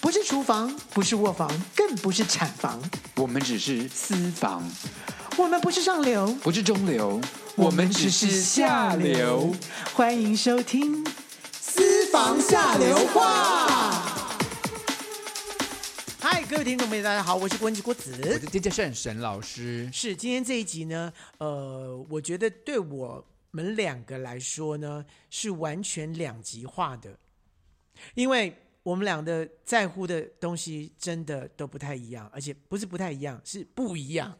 不是厨房，不是卧房，更不是产房，我们只是私房，我们不是上流，不是中流，我们只是下流。。欢迎收听《私房下流话。嗨，各位听众朋友，大家好，我是郭文吉郭子。这这是沈老师，是今天这一集呢，呃，我觉得对我们两个来说呢，是完全两极化的，因为我们俩的在乎的东西真的都不太一样，而且不是不太一样，是不一样。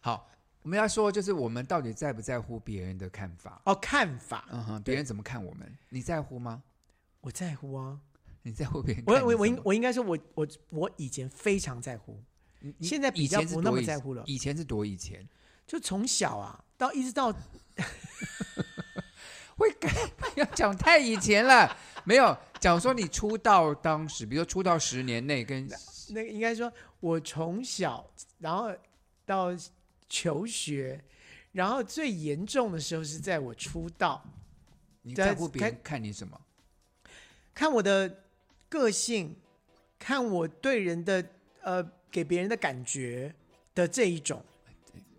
好，我们要说就是我们到底在不在乎别人的看法？哦，看法，嗯哼，对别人怎么看我们？你在乎吗？我在乎啊，你在乎别人我看你我我怎应么我应该说我，我我以前非常在乎，你你现在比以前较是不那多么以在乎了以前是多以前，就从小啊到一直到会改 不要讲太以前了，没有讲说你出道当时，比如说出道十年内跟那个应该说，我从小然后到求学，然后最严重的时候是在我出道，你在在乎别看人看你什么？看我的个性，看我对人的呃给别人的感觉的这一种，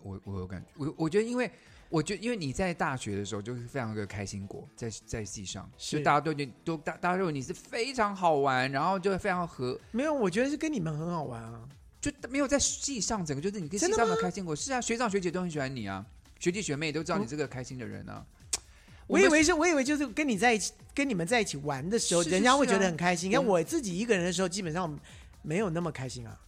我我有感觉，我我觉得因为。我觉得，因为你在大学的时候就是非常的开心果，在在系上，是就大家都觉得都大大家认为你是非常好玩，然后就非常和，没有，我觉得是跟你们很好玩啊。就没有在系上整个就是你跟真的系上的开心果。是啊，学长学姐都很喜欢你啊，学弟学妹都知道我你是个开心的人啊。我们以为是，我以为就是跟你在一起，跟你们在一起玩的时候，是是人家会是啊觉得很开心。我但我自己一个人的时候，基本上没有那么开心啊，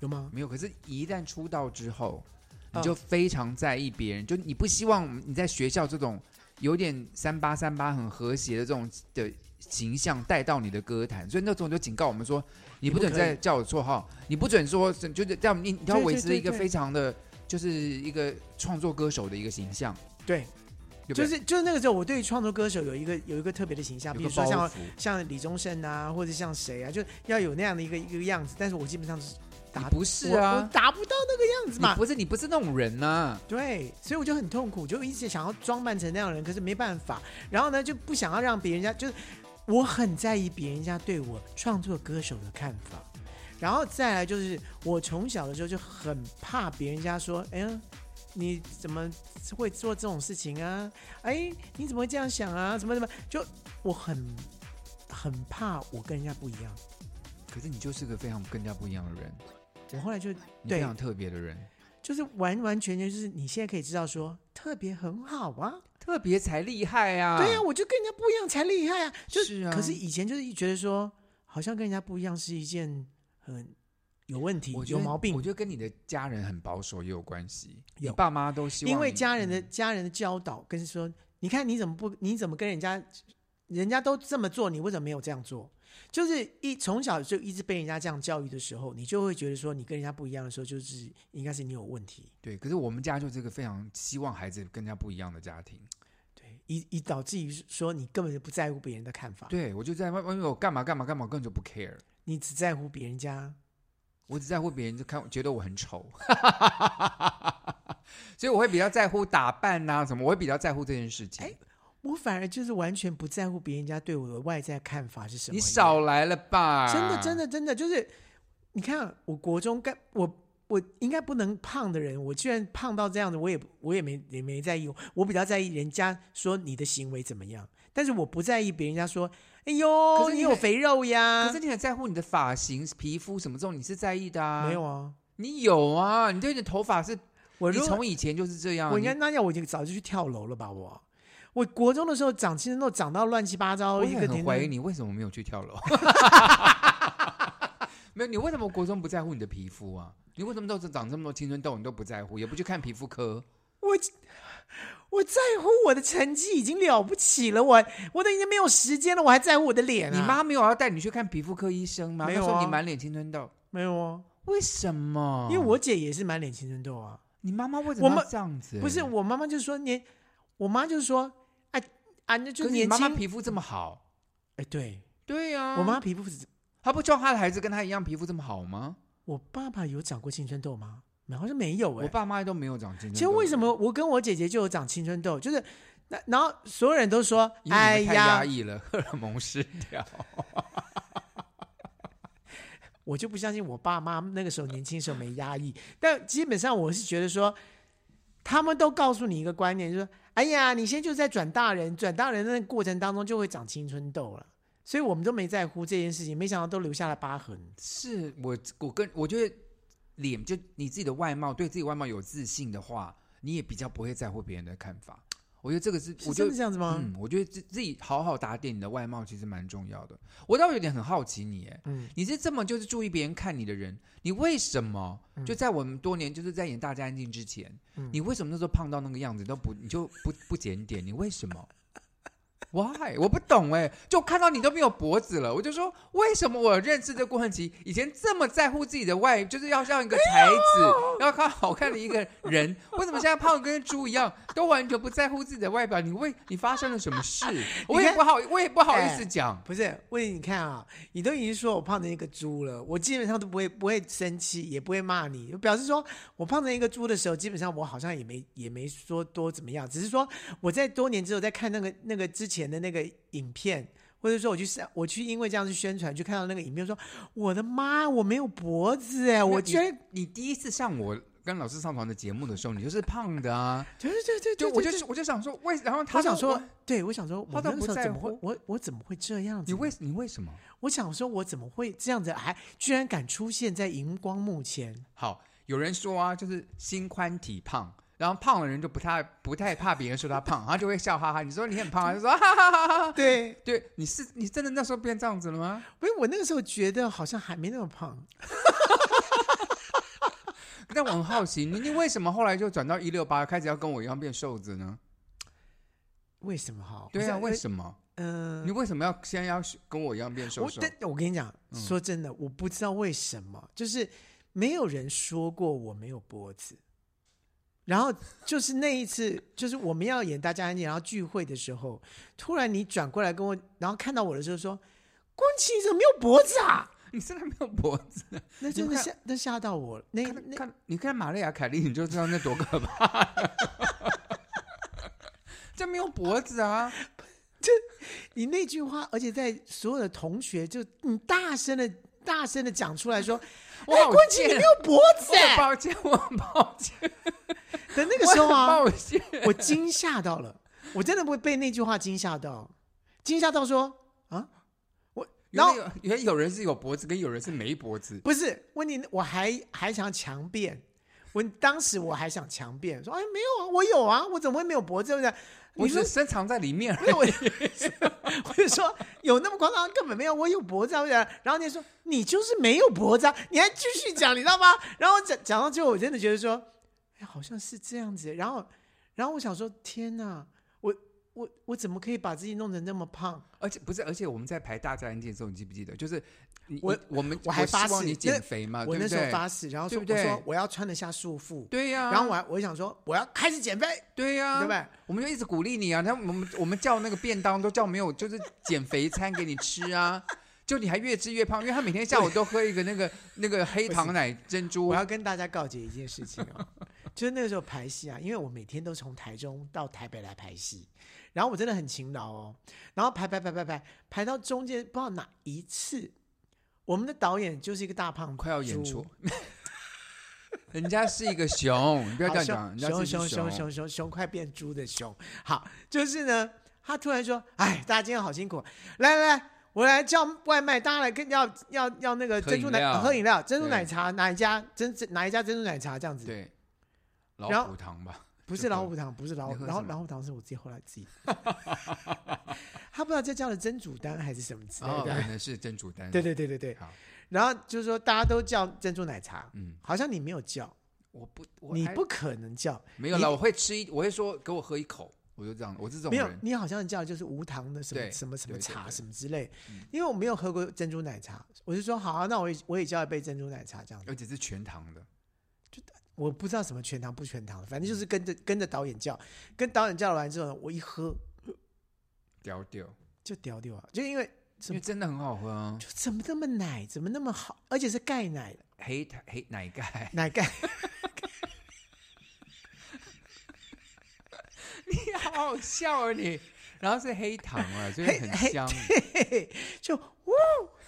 有吗？没有，可是一旦出道之后，嗯你就非常在意别人，就你不希望你在学校这种有点三八三八很和谐的这种的形象带到你的歌坛，所以那种就警告我们说，你不不准可以再叫我绰号，你不准说，就是这样，你你要对对维持对一个对非常的就是一个创作歌手的一个形象，对，对不就对？是就是那个时候，我对于创作歌手有一个有一个特别的形象，有比个如说包像袱像李宗盛啊，或者像谁啊，就要有那样的一个一个样子。但是我基本上是你达不是啊我我，达不到那个样子你嘛。不是你不是那种人啊呐、对，所以我就很痛苦，就一直想要装扮成那样的人，可是没办法。然后呢，就不想要让别人家，就是我很在意别人家对我创作歌手的看法。然后再来就是，我从小的时候就很怕别人家说，哎呀，你怎么会做这种事情啊？哎，你怎么会这样想啊？怎么怎么？就我很很怕我跟人家不一样。可是你就是个非常更加不一样的人，我后来就你对非常特别的人，就是完完全全就是，你现在可以知道说，特别很好啊。特别才厉害啊！对呀、我就跟人家不一样才厉害啊！就是啊可是以前就是觉得说，好像跟人家不一样是一件很有问题我、觉有得毛病我，觉得跟你的家人很保守也有关系，你有爸妈都希望因为你家人的嗯家人的教导跟说，你看你怎么不，你怎么跟人家，人家都这么做，你为什么没有这样做？就是一从小就一直被人家这样教育的时候，你就会觉得说，你跟人家不一样的时候，就是应该是你有问题。对，可是我们家就是个非常希望孩子更加不一样的家庭。对，以以导致于说你根本就不在乎别人的看法，对我就在外外面我干嘛干嘛干嘛，我根本就不 care，你只在乎别人家我只在乎别人就看觉得我很丑， 所以我会比较在乎打扮呐、什么，我会比较在乎这件事情。哎我反而就是完全不在乎别人家对我的外在看法是什么。你少啊来了吧？真的真的真的就是，你看我国中干我我应该不能胖的人，我居然胖到这样子，我也不我也没也没在意，我比较在意人家说你的行为怎么样，但是我不在意别人家说，哎可呦是你你有很肥肉呀可是，你很在乎你的发型、皮肤什么这种，你是在意的啊？没，有啊，你有啊？你对你的头发是，我你如果从以前就是这样。我应你该那样我已经早就去跳楼了吧我。我国中的时候长青春痘长到乱七八糟，我哦一也个很点怀疑你为什么没有去跳楼。 没有，你为什么国中不在乎你的皮肤啊？你为什么都长这么多青春痘，你都不在乎，也不去看皮肤科？我我在乎我的成绩已经了不起了，我我都已经没有时间了，我还在乎我的脸、啊。你妈没有要带你去看皮肤科医生吗？没有啊她说你满脸青春痘，没有啊？为什么？因为我姐也是满脸青春痘啊。你妈妈为什我么要们这样子？不是，我妈妈就说年，我妈就说，啊啊，那可就是你年妈轻。妈皮嗯肤这么好，哎，对、对呀、我妈皮肤，她不希望她的孩子跟她一样皮肤这么好吗？我爸爸有长过青春痘吗？好像没有哎、我爸妈都没有长青春痘，其实为什？么我跟我姐姐就有长青春痘，就是那然后所有人都说，因为哎 你们太压呀，抑了，荷尔蒙失调。我就不相信我爸妈那个时候年轻时候没压抑。但基本上我是觉得说，他们都告诉你一个观念，就是说，哎呀，你现在就在转大人，转大人的那个过程当中就会长青春痘了。所以我们都没在乎这件事情，没想到都留下了疤痕。是我我跟我觉得脸就你自己的外貌，对自己外貌有自信的话，你也比较不会在乎别人的看法。我觉得这个是，是我觉真得的这样子吗？嗯，我觉得自自己好好打点你的外貌其实蛮重要的。我倒有点很好奇你，哎，嗯你是这么就是注意别人看你的人，你为什么嗯就在我们多年就是在演《大家安静》之前，嗯你为什么那时候胖到那个样子都不你就不不检点？你为什么？Why？我不懂哎，就看到你都没有脖子了，我就说为什么我认识这郭恨琪以前这么在乎自己的外，就是要像一个才子，要看好看的一个人，为什么现在胖的跟猪一样，都完全不在乎自己的外表？你为你发生了什么 事？我也不好，我也不好意思讲。不是，问你看啊，你都已经说我胖成一个猪了，我基本上都不会不会生气，也不会骂你，就表示说我胖成一个猪的时候，基本上我好像也没也没说多怎么样，只是说我在多年之后在看那个那个之前的那个影片。或者说我去上，我去因为这样去宣传，去看到那个影片说，我的妈，我没有脖子哎，我你居然你第一次上我跟老师上床的节目的时候，你就是胖的啊，对对对对就对，我对就是我就想说为，然后他我想就说，对我想说，他我都那个不时候在怎么会乎我我怎么会这样子你呢？为你为什么我想说，我怎么会这样子，还居然敢出现在荧光幕前？好？有人说啊，就是心宽体胖。然后胖的人就不太不太怕别人说他胖，他就会笑哈哈。你说你很胖啊，他就说哈哈哈 哈哈。对，对，你是你真的那时候变这样子了吗？不是我那个时候觉得好像还没那么胖，但我很好奇，你你为什么后来就转到一六八，开始要跟我一样变瘦子呢？为什么哈？对啊，为么？什么？嗯、你为什么要先要跟我一样变瘦我瘦？但我跟你讲，说真的，我不知道为什么，就是没有人说过我没有脖子。然后就是那一次， 就是我们要演大家安静，然后聚会的时候，突然你转过来跟我，然后看到我的时候说：“关琪你怎么没有脖子啊你真的没有脖子？”那真的你看吓，那吓到我了。那看那看，你看玛丽亚·凯莉，你就知道那多可怕。这没有脖子啊！你那句话，而且在所有的同学就你大声的、大声的讲出来说：“我哎好关琪，贱啊你没有脖子、我很欸。抱歉，我很抱歉，”的那个我时很候啊，抱歉。我惊吓到了，我真的会被那句话惊吓到，惊吓到说啊，我原然来后有原来有人是有脖子，跟有人是没脖子。不是问题，我还还想强辩，我当时我还想强辩说：“哎，没有啊，我有啊，我怎么会没有脖子？”对不对？我你只说是深藏在里面而已。对，我就我就说有那么夸张，根本没有，我有脖子啊。我讲然后你说你就是没有脖子啊，你还继续讲，你知道吗？然后讲讲到最后，我真的觉得说，哎，好像是这样子。然后，然后我想说，天哪，我我我怎么可以把自己弄成那么胖？而且不是，而且我们在排大战的时候，你记不记得？就是你我你我们我还发希望誓你那减肥嘛，我啊对那不时候对发誓，然后说对不对我说我要穿得下束缚，对呀、然后我还我想说我要开始减肥，对啊呀、对不对？我们就一直鼓励你啊，他我们我们叫那个便当都叫没有，就是减肥餐给你吃啊， 就你还越吃越胖，因为他每天下午都喝一个那个 那个黑糖奶珍珠我，要跟大家告诫一件事情哦，就是那个时候排戏啊，因为我每天都从台中到台北来排戏，然后我真的很勤劳哦，然后排排排排排排到中间不知道哪一次，我们的导演就是一个大胖快要演猪出，。 人家是一个熊，你不要好这样讲，人家是啊熊熊一只熊熊哦熊熊熊快变猪的熊。好，就是呢，他突然说：“哎，大家今天好辛苦，来来来，我来叫外卖，大家来跟要要要那个喝珍珠饮奶料喝饮料，珍珠对奶茶哪一家珍哪一家珍珠奶茶这样子。”对，然老后虎糖吧，不就是老喝虎糖，不是老你虎，喝然后什么老虎糖是我自己后来自己，他不知道这叫了真煮丹还是什么之类哦，的，可能是珍珠 丹，对对对对对好。然后就是说大家都叫珍珠奶茶，嗯，好像你没有叫，我不，我你还不可能叫，没有你了，我会吃一，我会说给我喝一口，我就这样，我是这种没有人，，你好像叫就是无糖的什么对什么什么对对茶对嗯什么之类，因为我没有喝过珍珠奶茶，我就说好啊，那我也我也叫一杯珍珠奶茶这样子，而且是全糖的，我不知道什么全糖不全糖，反正就是跟着跟着导演叫，跟导演叫完之后，我一喝屌屌，就屌掉啊，就因为因怎为么真的很好喝啊，就怎么那么奶，怎么那么好，而且是钙奶的黑糖黑奶盖，奶盖，你好好笑啊你。然后是黑嗯 糖啊，所以很香。就呜，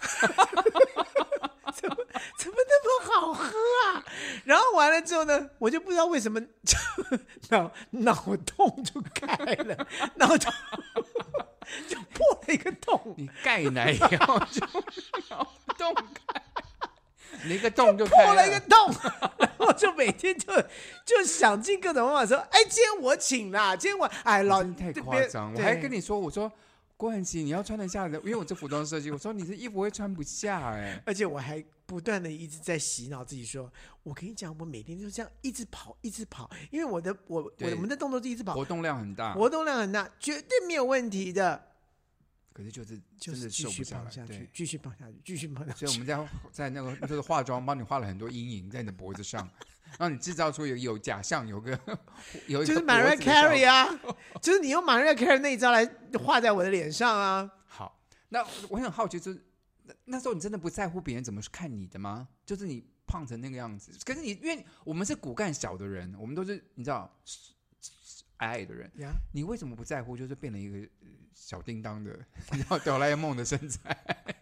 怎么怎么那么好喝啊？然后完了之后呢，我就不知道为什么 就脑脑洞就开了， 脑洞就破了一个洞。你盖奶也要就是要洞开，你一个洞就开破了一个洞， 然后就每天就就想尽各种办法说，哎，今天我请啦，今天我哎老真的太夸张。我还跟你你说，我说郭汉奇，你要穿得下的，因为我这服装设计，我说你这衣服会穿不下哎、而且我还不断的一直在洗脑自己说，我跟你讲，我每天就这样一直跑，一直跑，因为我的我我对我们的动作是一直跑，活动量很大，活动量很大，绝对没有问题的，可是就是就真是的继瘦续不下跑来，下去对，。继续跑下去，继续跑下去所以我。们在在那个就是化妆帮你画了很多阴影在你的脖子上，让你制造出有有假象，有个有一就个是脖 Mariah 子的效果 Carey 啊，就是你用 Mariah Carey 那一招来画在我的脸上啊。 好，那我很好奇，就是那那时候你真的不在乎别人怎么去看你的吗？就是你胖成那个样子，可是你因为我们是骨干小的人，我们都是你知道矮的人，呀，你为什么不在乎？就是变成一个呃小叮当的， 你知道哆啦 A 梦的身材？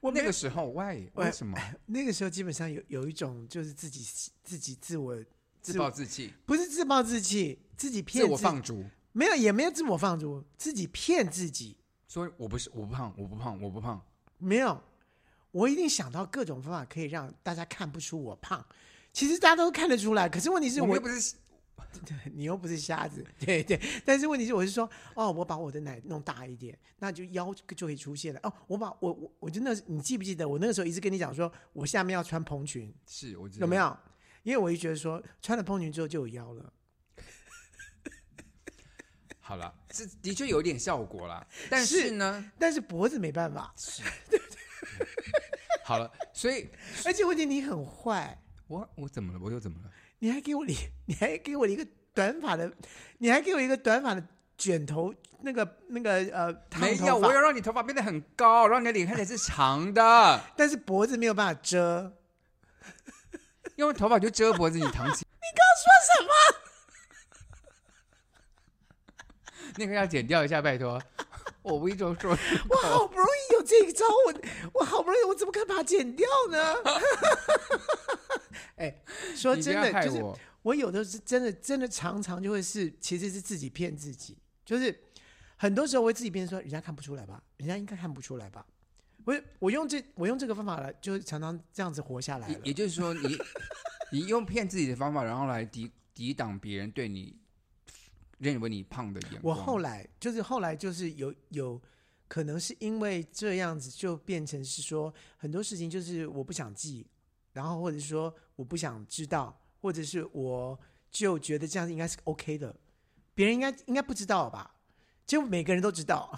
我没那有个时候 why 我哎为什么那个时候基本上有有一种就是自己自己自我自暴自弃、不是自暴自弃，自己骗自自我放逐？没有也没有自我放逐，自己骗自己说我不是我不胖，我不胖，我不胖。没有。我一定想到各种方法可以让大家看不出我胖，其实大家都看得出来。可是问题是我我，们又不是你又不 是瞎子，对对。但是问题是，我是说，哦，我把我的奶弄大一点，那就腰就可以出现了。哦，我把我我我真的，你记不记得我那个时候一直跟你讲说，我下面要穿蓬裙，是，我知有道没？有？因为我就觉得说，穿了蓬裙之后就有腰了。好了，这的确有一点效果啦，但是是呢，但是脖子没办法，好了，所以而且问题你很坏，我我怎么了？我又怎么了？你还给我 理，你还给我一个短发的，你还给我一个短发的卷头，那个那个呃，烫没有，头发我要让你头发变得很高，让你的脸看起来是长的，但是脖子没有办法 遮。因为头发就遮脖子，你糖起。 你刚说什么？那个要剪掉一下，拜托。我不一直说，我好不容易有这一招，我我好不容易，我怎么可以把它剪掉呢？ 哎，说你不真要的，害就是我。我有的是真的，真的常常就会是，其实是自己骗自己，就是很多时候我会自己骗说，人家看不出来吧，人家应该看不出来吧。我我用这我用这个方法来，就是常常这样子活下来也了。也就是说你，你用骗自己的方法，然后来抵抵挡别人对你认为你胖的眼我光。后来就是后来就是有有可能是因为这样子，就变成是说很多事情就是我不想记，然后或者说我不想知道，或者是我就觉得这样应该是 OK 的，别人应该应该不知道吧？结果每个人都知道，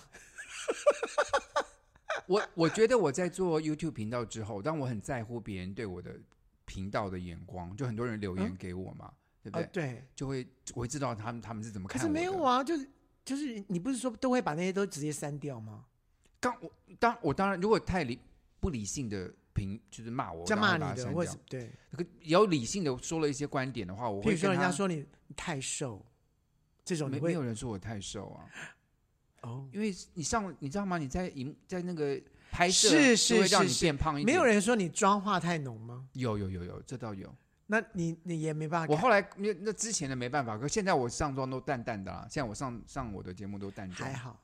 我我觉得我在做 YouTube 频道之后，但我很在乎别人对我的频道的眼光，就很多人留嗯言给我嘛，对不啊，对？对。就会我会知道他们他们是怎么可看是我的。没有啊，就是就是你不是说都会把那些都直接删掉吗？刚我当我当然如果太理不理性的评就是骂我，在骂当然你会把它的，删或者掉是对，可有理性的说了一些观点的话，我譬会如说跟人家他说你你太瘦，这种你没没会有人说我太瘦 啊，哦，因为你上你知道吗？你在荧在那个拍摄是就会是让是你是变胖一点，没有人说你妆化太浓吗？有有有有这倒有。那你你也没办法我改，后来那那之前的没办法，可现在我上妆都淡淡的啦。现在我上上我的节目都淡妆还，好，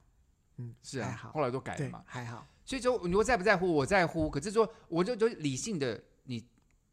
嗯，是还啊，好后来都改了对嘛。，还好，所以说，你说在不在乎？我在乎，可是说我就就理性的，你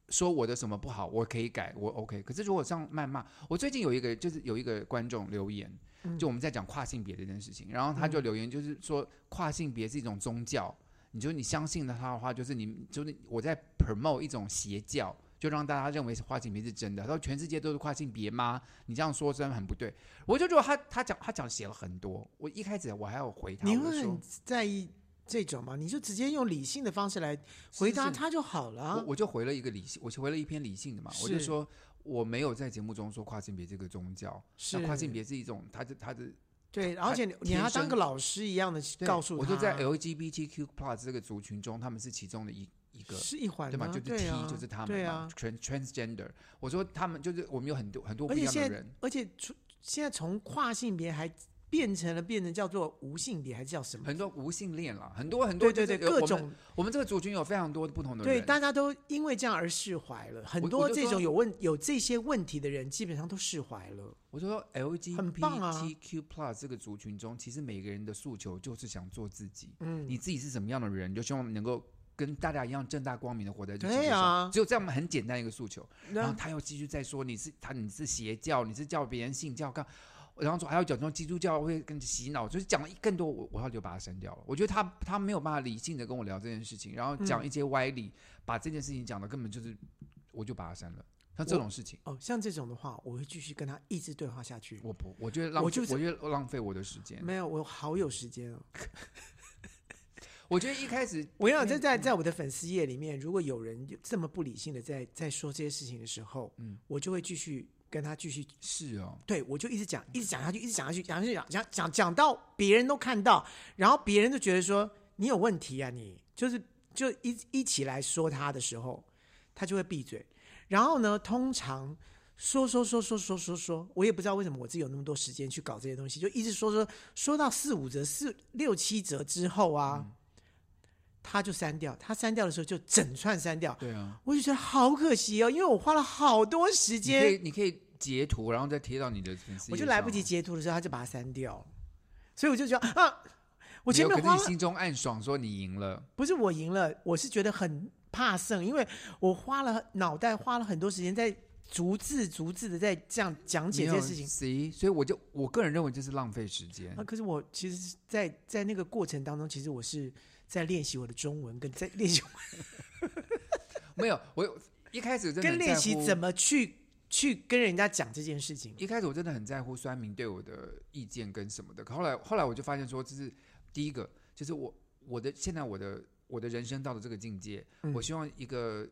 说我的什么不好，我可以改，我 OK。可是如果这样谩骂，我最近有一个就是有一个观众留言，嗯就我们在讲跨性别这件事情，然后他就留言就是说跨性别是一种宗教，你就你相信了他的话，就是你就是我在 promote 一种邪教。就让大家认为是跨性别是真的，他说全世界都是跨性别吗？你这样说真的很不对。我就觉得他他讲他讲写了很多，我一开始我还要回他，你我会就说很在意这种吗？你就直接用理性的方式来回答是他就好了我啊。我就回了一个理性，我就回了一篇理性的嘛，我就是说我没有在节目中说跨性别这个宗教，是那跨性别是一种，它的它的对，他而且你你天要当生个老师一样的对告诉我他，就在 LGBTQ plus 这个族群中，他们是其中的一一个。是一环对嘛，啊就是对 T，、啊就是他们对嘛、啊， t r a n transgender。我说他们就是我们有很多很多不而且一样的现在人，而且出现在从跨性别还变成了变成叫做无性别还是叫什么？很多无性恋了，很多很多对对对，就是这个各我们种我们这个族群有非常多不同的人，对，大家都因为这样而释怀了。很我多我就这说种有问有这些问题的人，基本上都释怀了。我就说很棒啊 LGBTQ plus 这个族群中，其实每个人的诉求就是想做自己。嗯，你自己是什么样的人，你就希望能够跟大家一样正大光明的活在这个世对界上。啊只有这样很简单一个诉求。然后那他又继续再说你是他你是邪教，你是叫别人信教，干然后说还要讲说基督教会跟洗脑，就是讲了更多，我我要就把它删掉了。我觉得他他没有办法理性的跟我聊这件事情，然后讲一些歪理，把这件事情讲的根本就是，我就把它删了。像这种事情，哦，像这种的话，我会继续跟他一直对话下去。我不，我觉得浪费，我我就是觉得浪费我的时间。没有，我好有时间哦。我觉得一开始我要在在在我的粉丝页里面，如果有人有这么不理性的在在说这些事情的时候，嗯嗯，我就会继续跟他继续是哦，对，我就一直讲，一直讲下去，一直讲下去，讲下去，讲讲讲讲到别人都看到，然后别人就觉得说你有问题啊你，就是就一一起来说他的时候，他就会闭嘴。然后呢，通常说说说说说说说，我也不知道为什么我自己有那么多时间去搞这些东西，就一直说说说到四五折、四六七折之后啊，嗯他就删掉，他删掉的时候就整串删掉，对啊，我就觉得好可惜哦，因为我花了好多时你可间以。你可以截图，然后再贴到你的粉丝页上啊，我就来不及截图的时候，他就把它删掉，所以我就觉得啊，我前没面有可花是你了心中暗爽，说你赢了。不是我赢了，我是觉得很怕胜，因为我花了脑袋花了很多时间在逐字逐字的在这样讲解这些事情。谁？所以我就我个人认为就是浪费时间啊！。可是我其实是在，在那个过程当中，其实我是在练习我的中文，跟在 练习没有，我有一开始真的跟很练在习乎怎么去去跟人家讲这件事情。一开始我真的很在乎酸民对我的意见跟什么的，可后来后来我就发现说，就是第一个，就是我我的现在我的我的人生到了这个境界，嗯我希望一个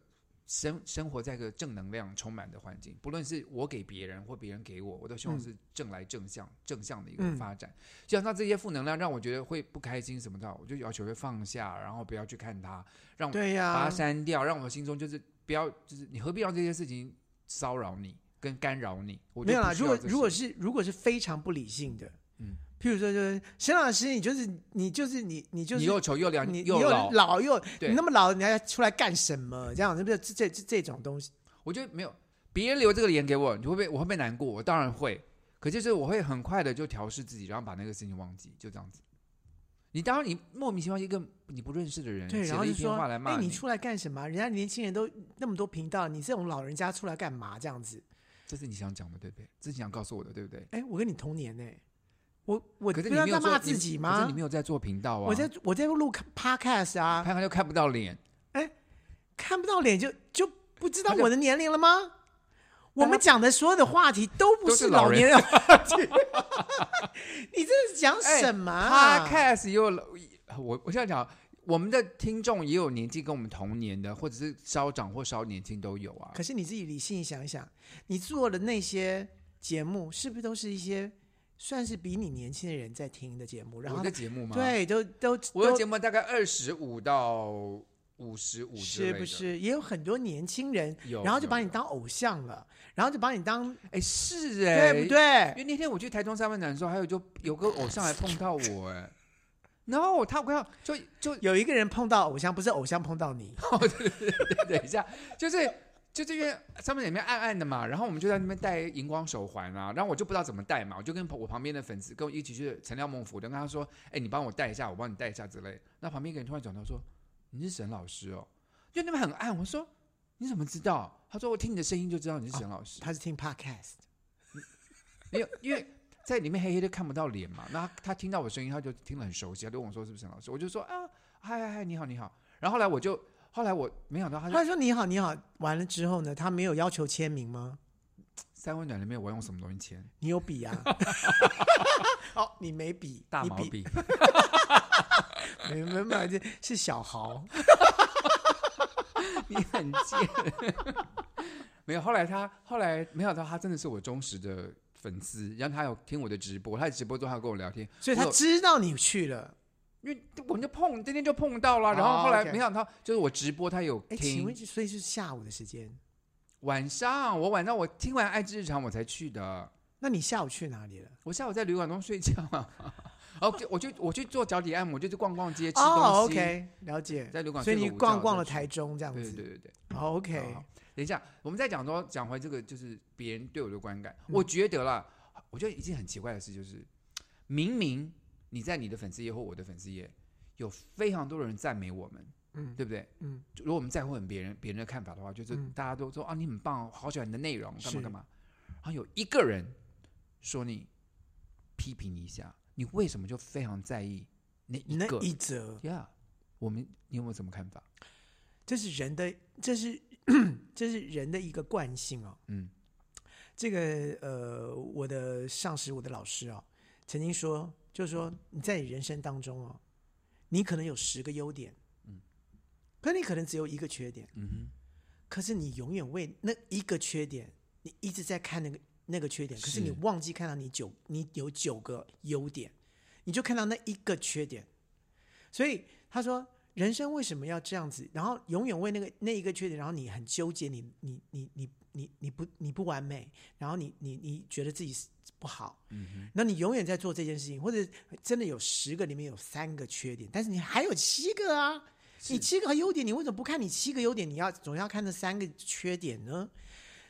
生生活在一个正能量充满的环境，不论是我给别人或别人给我，我都希望嗯是正来正向、正向的一嗯个发展。就像他这些负能量让我觉得会不开心什么的，我就要求会放下，然后不要去看它，让我对呀、把它删掉，让我心中就是不要，就是你何必让这些事情骚扰你跟干扰你？我就没有啦，不需如果要这如果些是如果是非常不理性的，嗯嗯，譬如说就是沈老师，你就是你就是你你就是你又丑又凉你又又老，老又你对那么老，你还出来干什么？这样是不是这这这这种东西？我觉得没有别人留这个言给我，你会不会我会不会难过？我当然会，可就是我会很快的就调试自己，然后把那个事情忘记，就这样子。你当然你莫名其妙一个你不认识的人对，写然后了就一篇说，话来哎骂，你出来干什么？人家年轻人都那么多频道，你这种老人家出来干嘛？这样子？这是你想讲的对不对？这是你想告诉我的对不对？哎，我跟你同年呢、我我可是不你要没有在做骂你自己可是吗你？没有在做频道啊，我在我在录 podcast 啊，看看就看不到脸，看不到脸就就不知道他就我的年龄了吗？我但他们讲的所有的话题都不都是是老老人年人话题， 你这是讲什么哎啊？ Podcast 也有老我我现在讲，我们的听众也有年纪跟我们同年的，或者是稍长或稍年轻都有啊。可是你自己理性想一想，你做的那些节目，是不是都是一些算是比你年轻的人在听的节目？然我后的节目吗？，对，都都我的都节目大概二十五到五十五，是不？是也有很多年轻人，有，然后就把你有当偶像了，然后就把你当哎是哎，对不？对因？为那天我去台中三班展的时候，还有就有个偶像还碰到我哎，然后他我看到就就有一个人碰到偶像，不是偶像碰到你， 等一下，就是就是因为上面里面暗暗的嘛，然后我们就在那边戴荧光手环啊，然后我就不知道怎么戴嘛，我就跟我旁边的粉丝跟我一起去陈廖孟福，我就跟他说，哎、你帮我戴一下，我帮你戴一下之类。那旁边一个人突然转头说，你是沈老师哦，就那边很暗，我说你怎么知道？他说我听你的声音就知道你是沈老师，他是听 podcast。因为因为。在里面黑黑的看不到脸嘛，那他他听到我声音，他就听得很熟悉，他就问我说是不是沈老师，我就说啊，嗨嗨嗨，你好你好。然后后来我就后来我没想到他就他说：“你好，你好。”完了之后呢，他没有要求签名 吗？三温暖里面我用什么东西签？你有笔 啊？哦，你没笔，大你毛笔 笔，没没没，这是小豪。 你很贱。没有，后来他后来没想到他真的是我忠实的粉丝，然后他有听我的直播，他的直播之后他跟我聊天，所以他我有知道你去了。因为我们就碰今天就碰到了，然哦后后来 OK 没想到就是我直播他有哎，请听问，，所以是下午的时间？晚上我晚上我听完《爱之日常》我才去的，那你下午去哪里了？我下午在旅馆中睡觉啊。 哦，就我去我去做脚底按摩，就去逛逛街、吃东西。哦，OK，了解。在旅馆所以睡你个午觉逛逛再了去台中这样对对子。哦对对对。 o 好 k 好等一下，我们再讲说讲回这个，就是别人对我的观感。嗯我觉得啦，我觉得一件很奇怪的事就是，明明你在你的粉丝页或我的粉丝页有非常多人赞美我们，嗯对不对？嗯，就如果我们在乎很别人别人的看法的话，就是嗯大家都说啊你很棒，好喜欢你的内容，干是嘛干嘛。然后有一个人说你批评你一下，你为什么就非常在意那一那个一则，呀我们你有没有什么看法？这是人的， 这是这是人的一个惯性哦。嗯这个呃，我的上司，我的老师哦，曾经说，就是说你在你人生当中哦，你可能有十个优点，嗯嗯，可你可能只有一个缺点，嗯哼。可是你永远为那一个缺点，你一直在看那个那个缺点，可是你是忘记看到你九你有九个优点，你就看到那一个缺点。所以他说，人生为什么要这样子？然后永远为那个那一个缺点，然后你很纠结，你你你你你你不你不完美，然后你你你觉得自己是不好，嗯，那你永远在做这件事情，或者真的有十个里面有三个缺点，但是你还有七个啊，你七个优点，你为什么不看你七个优点？你要总要看那三个缺点呢？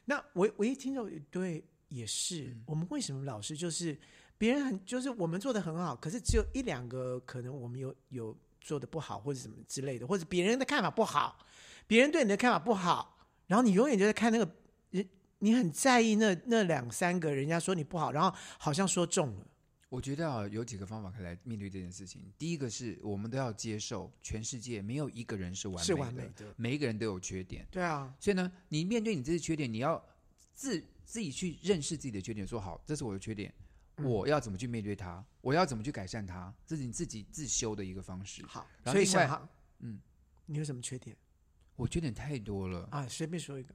那我我一听就对，也是、我们为什么老是就是别人很就是我们做的很好，可是只有一两个可能我们有有做的不好或者什么之类的，或者别人的看法不好，别人对你的看法不好，然后你永远就在看那个人，你很在意那那两三个人家说你不好，然后好像说中了，我觉得啊，有几个方法可以来面对这件事情。第一个是我们都要接受，全世界没有一个人是完美的，是完美的，每一个人都有缺点。对啊，所以呢，你面对你这些缺点，你要自自己去认识自己的缺点，说好，这是我的缺点，嗯我要怎么去面对它，我要怎么去改善它，这是你自己自修的一个方式。好，然后所以另外小航，嗯，你有什么缺点我缺点太多了，啊？随便说一个。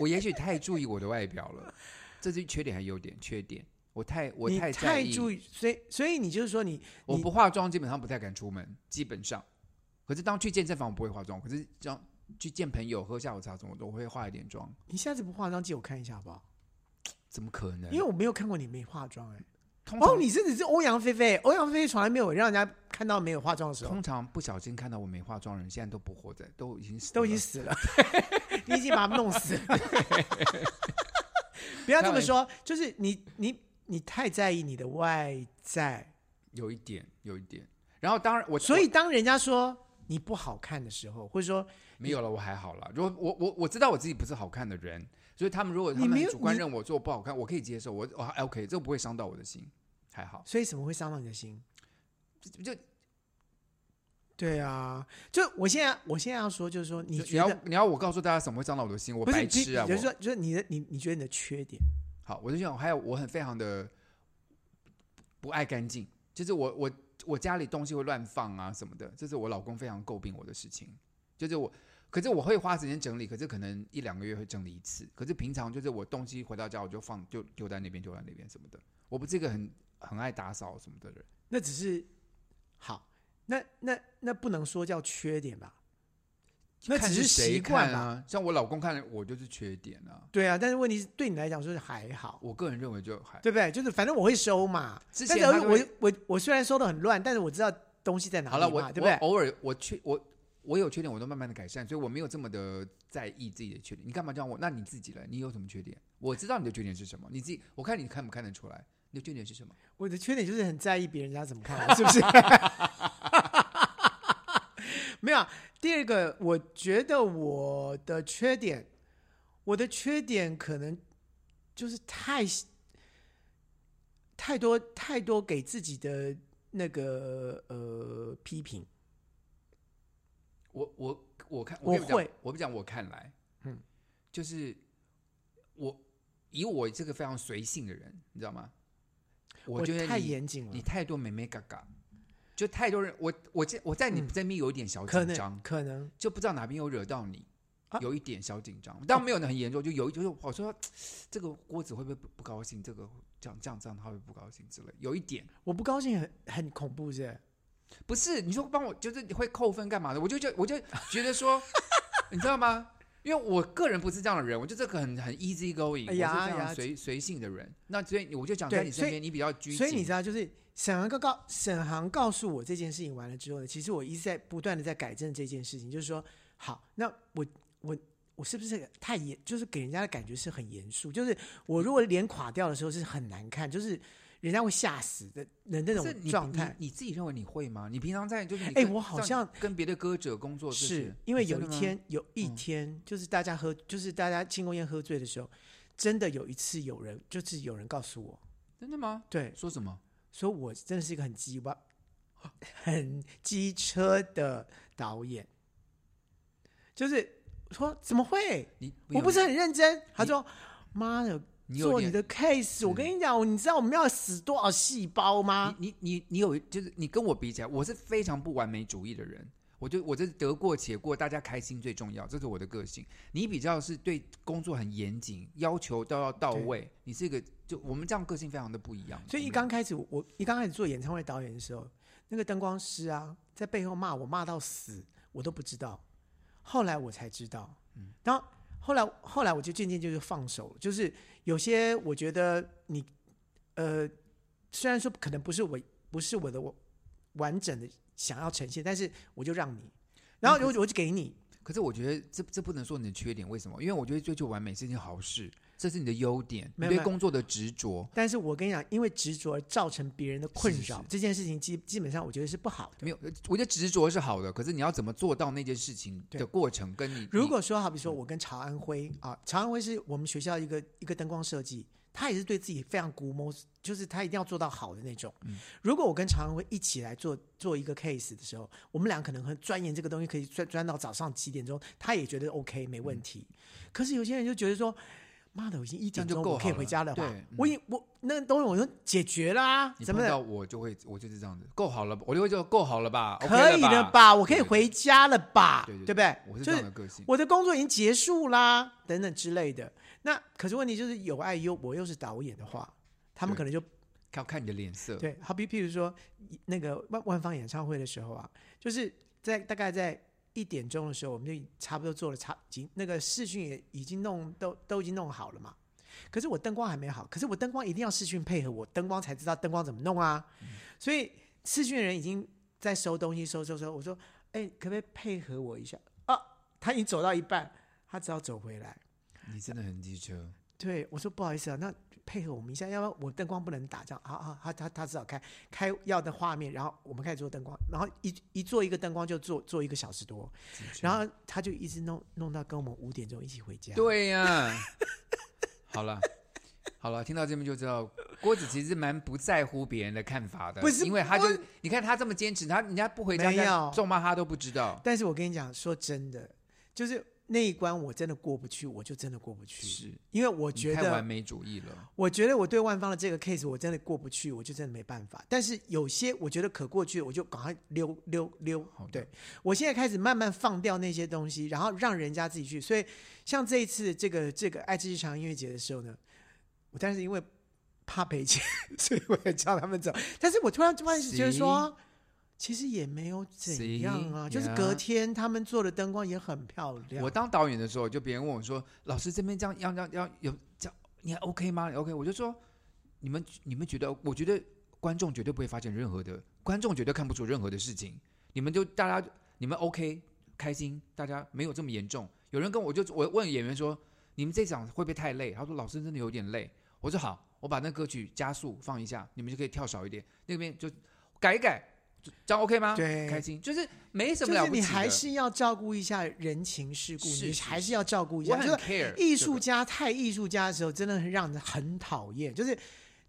我也许太注意我的外表了，这是缺点还是优点？缺点，我太我你太在太意注意，所以所以你就是说你我你不化妆基本上不太敢出门，基本上。可是当去健身房我不会化妆，可是这样去见朋友喝下午茶什么的，我会化一点妆。你下次不化妆借我看一下好不好？怎么可能？因为我没有看过你没化妆哎、通常、哦，你真的是欧阳菲菲，欧阳菲菲从来没有让人家看到没有化妆的时候通，常不小心看到我没化妆的人，现在都不活在，都已经死了都已经死 了，你已经把他们弄死了。不要这么说，就是你你你太在意你的外在，有一点，有一点。然后当然我所以当人家说你不好看的时候，或者说我没有了，我还好了。如果我我我知道我自己不是好看的人，所以他们如果他你没们有主观你认我做不好看，我可以接受，我我还 OK，这不会伤到我的心，还好。所以什么会伤到你的心？就就对啊，就我现在我现在要说，就是说你就觉要得你要我告诉大家什么会伤到我的心，我不是白你痴啊！比如我说就是你的你你觉得你的缺点。好，我就想，还有我很非常的不爱干净，就是我我我家里东西会乱放啊什么的，这是我老公非常诟病我的事情。就是我，可是我会花时间整理，可是可能一两个月会整理一次。可是平常就是我东西回到家我就放就丢在那边丢在那边什么的，我不是一个很很爱打扫什么的人。那只是好，那那那不能说叫缺点吧？那看只是习谁惯看吧？啊，像我老公看我就是缺点啊，对啊，但是问题是对你来讲就是还好，我个人认为就还对不对？就是反正我会收嘛。之但前是他都我会我我虽然收的很乱，但是我知道东西在哪好里嘛，了，我对不对？我偶尔我缺我我有缺点，我都慢慢的改善，所以我没有这么的在意自己的缺点。你干嘛这样我？那你自己来，你有什么缺点？我知道你的缺点是什么，你自己我看你看不看得出来，你的缺点是什么？我的缺点就是很在意别人家怎么看我，是不 是？没有啊。第二个，我觉得我的缺点，我的缺点可能就是太太多太多给自己的那个呃批评。我我我看我跟你讲会，我不讲我看来，嗯嗯，就是我以我这个非常随性的人，你知道吗？我觉得太你严谨了你，太多美美嘎嘎，就太多人，我我在我在你嗯这边有一点小可紧张能，可能就不知道哪边有惹到你，啊有一点小紧张，但没有很严重，就有一就是我说这个郭子会不会不不高兴，这个这样这样这样他会不高兴之类，有一点我不高兴很很恐怖是不是不 是你说帮我就是你会扣分干嘛的，我就就我就觉得说，你知道吗？因为我个人不是这样的人，我就这个很很 easy going，、哎呀我是这哎样呀随随性的人。那所以我就讲在对你身所以边，你比较拘谨，所以你知道，就是沈航告告沈航告诉我这件事情完了之后呢，其实我一直在不断的在改正这件事情，就是说，好，那我我我是不是太严，就是给人家的感觉是很严肃，就是我如果脸垮掉的时候是很难看，就是人家会吓死的的那是种你状态。你，你自己认为你会吗？你平常在就是你哎跟我好这样跟别的歌者工作，就是是因为你有真一的吗天，有一嗯天，就是大家喝，就是大家庆功宴喝醉的时候，真的有一次有人，就是有人告诉我，真的吗？对，说什么？说我真的是一个很鸡巴、 很机车的导演，就是说怎么会？你我不是很认真。他说：“妈的，你有做你点的 case，我跟你讲，你知道我们要死多少细胞吗你你你你有就是你跟我比起来，我是非常不完美主义的人。我就我这得过且过，大家开心最重要，这是我的个性。你比较是对工作很严谨，要求都要到对位。你是一个就我们这样个性非常的不一样。？”所以一嗯刚开始，我一刚开始做演唱会导演的时候，那个灯光师啊，在背后骂我骂到死，我都不知道。后来我才知道，嗯，然后后来后来我就渐渐就是放手了，就是有些我觉得你，呃，虽然说可能不是我不是我的我完整的想要呈现，但是我就让你，然后我就我就给你，可是我觉得这这不能说你的缺点，为什么？因为我觉得追求完美是一件好事，这是你的优点，没你有没对有工作的执着。但是我跟你讲，因为执着而造成别人的困是是扰是这件事情基基本上我觉得是不好的。没有，我觉得执着是好的，可是你要怎么做到那件事情对的过程，跟你如果说好比嗯说我跟曹安辉啊，曹安辉是我们学校一个一个灯光设计，他也是对自己非常估摸，就是他一定要做到好的那种。嗯如果我跟曹安辉一起来做做一个 case 的时候，我们俩可能很钻研这个东西，可以钻钻到早上几点钟，他也觉得 OK 没问题。可是有些人就觉得说。妈的，我已经一嗯这点样就钟，够我可以好回了家了吧？对嗯我已我那个东西我都解决啦、你怎碰么到的？我就会，我就是这样子，够好了吧，我就会就够好了吧，可以 OK 了的吧？我可以对对回家了吧？对不对？我是就这样的个性。我的工作已经结束啦，等等之类的。那可是问题就是有爱又我又是导演的话，他们对可能就要看你的脸色。对，好比譬如说那个万万方演唱会的时候啊，就是在大概在一点钟的时候，我们就差不多做了差已经那个视讯也已经弄都都已经弄好了嘛。可是我灯光还没好，可是我灯光一定要视讯配合我灯光才知道灯光怎么弄啊。所以视讯的人已经在收东西，收收收。我说，哎、可不可以配合我一下？啊，他已经走到一半，他只好走回来。你真的很机车。对，我说不好意思啊，那配合我们一下，要不然我灯光不能打这样。好好，他他他只好开开要的画面，然后我们开始做灯光，然后一一做一个灯光就做做一个小时多，机车然后他就一直弄弄到跟我们五点钟一起回家。对呀、好了。好了，听到这边就知道，郭子其实蛮不在乎别人的看法的，不是因为他就我你看他这么坚持，他人家不回家，没有咒骂他都不知道。但是我跟你讲，说真的，就是那一关我真的过不去，我就真的过不去，是，因为我你觉太完得，美主义了。我觉得我对万方的这个 case 我真的过不去，我就真的没办法。但是有些我觉得可过去，我就赶快溜溜溜好。的对我现在开始慢慢放掉那些东西，然后让人家自己去。所以像这一次这个这个爱知日常音乐节的时候呢，我但是因为怕赔钱，所以我也叫他们走。但是我突然突然觉得 说，其实也没有怎样啊，行就是隔天他们做的灯光也很漂亮。我当导演的时候，就别人问我说：“老师这边这样要要要有这样，你还 OK 吗你？”OK，我就说：“你们你们觉得？我觉得观众绝对不会发现任何的，观众绝对看不出任何的事情。你们就大家你们 OK 开心，大家没有这么严重。有人跟我就我问演员说：你们这场会不会太累？他说：老师真的有点累。我说好，我把那歌曲加速放一下，你们就可以跳少一点，那边就改一改，就这样 OK 吗？对开心就是没什就么了是不起你的。还是要照顾一下人情世故，是你是还是要照顾一我下。很就是 care 艺这个术家太艺术家的时候，真的很让人很讨厌。就是，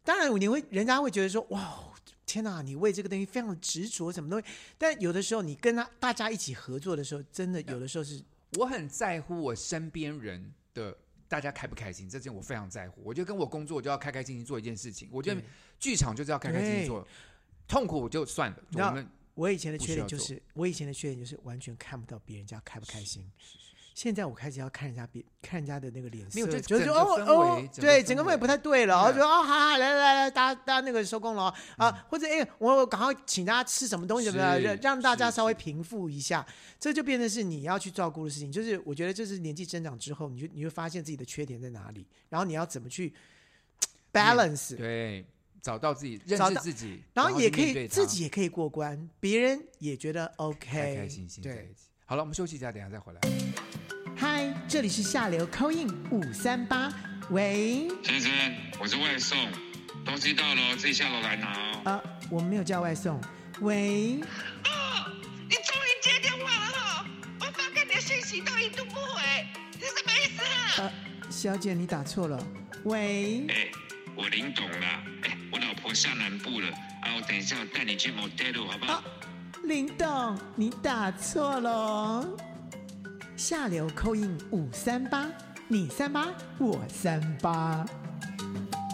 当然你会，人家会觉得说，哇，天哪，你为这个东西非常执着，什么东西？但有的时候，你跟他大家一起合作的时候，真啊的有的时候是我很在乎我身边人的大家开不开心，这件我非常在乎。我觉得跟我工作，我就要开开心心做一件事情。我觉得对剧场就是要开开心心做，痛苦我就算了。那我们我以前的缺点不需就要做是，我以前的缺点就是完全看不到别人家开不开心。现在我开始要看人家别看人家的那个脸色，没有就就是说整个哦氛围哦，整个对，氛整个氛围围不太对了，我对啊嗯觉得哦，好好，来来来来，大家大家那个收工了哦啊，或者哎，我赶快请大家吃什么东西，怎么样是让让大家是稍微平复一下，这就变成是你要去照顾的事情。就是我觉得这是年纪增长之后，你就你会发现自己的缺点在哪里，然后你要怎么去 balance，对，找到自己，认找识到自己，然后后也去可面对以自它己也可以过关，别人也觉得 OK，开开心心在对一，起。好了，我们休息一下，等一下再回来。嗨，这里是下流 c in 五三八，喂，先生，我是外送，东西到了哦自己下楼来拿哦。啊，我们没有叫外送，喂，哦，你终于接电话了哈、我发给你的信息都一度不回，你什么意思啊？呃，小姐你打错了，喂，哎、我林董啦，哎、我老婆下南部了，啊，我等一下我带你去 motel 好不好？林董你打错了哦，下流 c in 五三八，你三八我三八，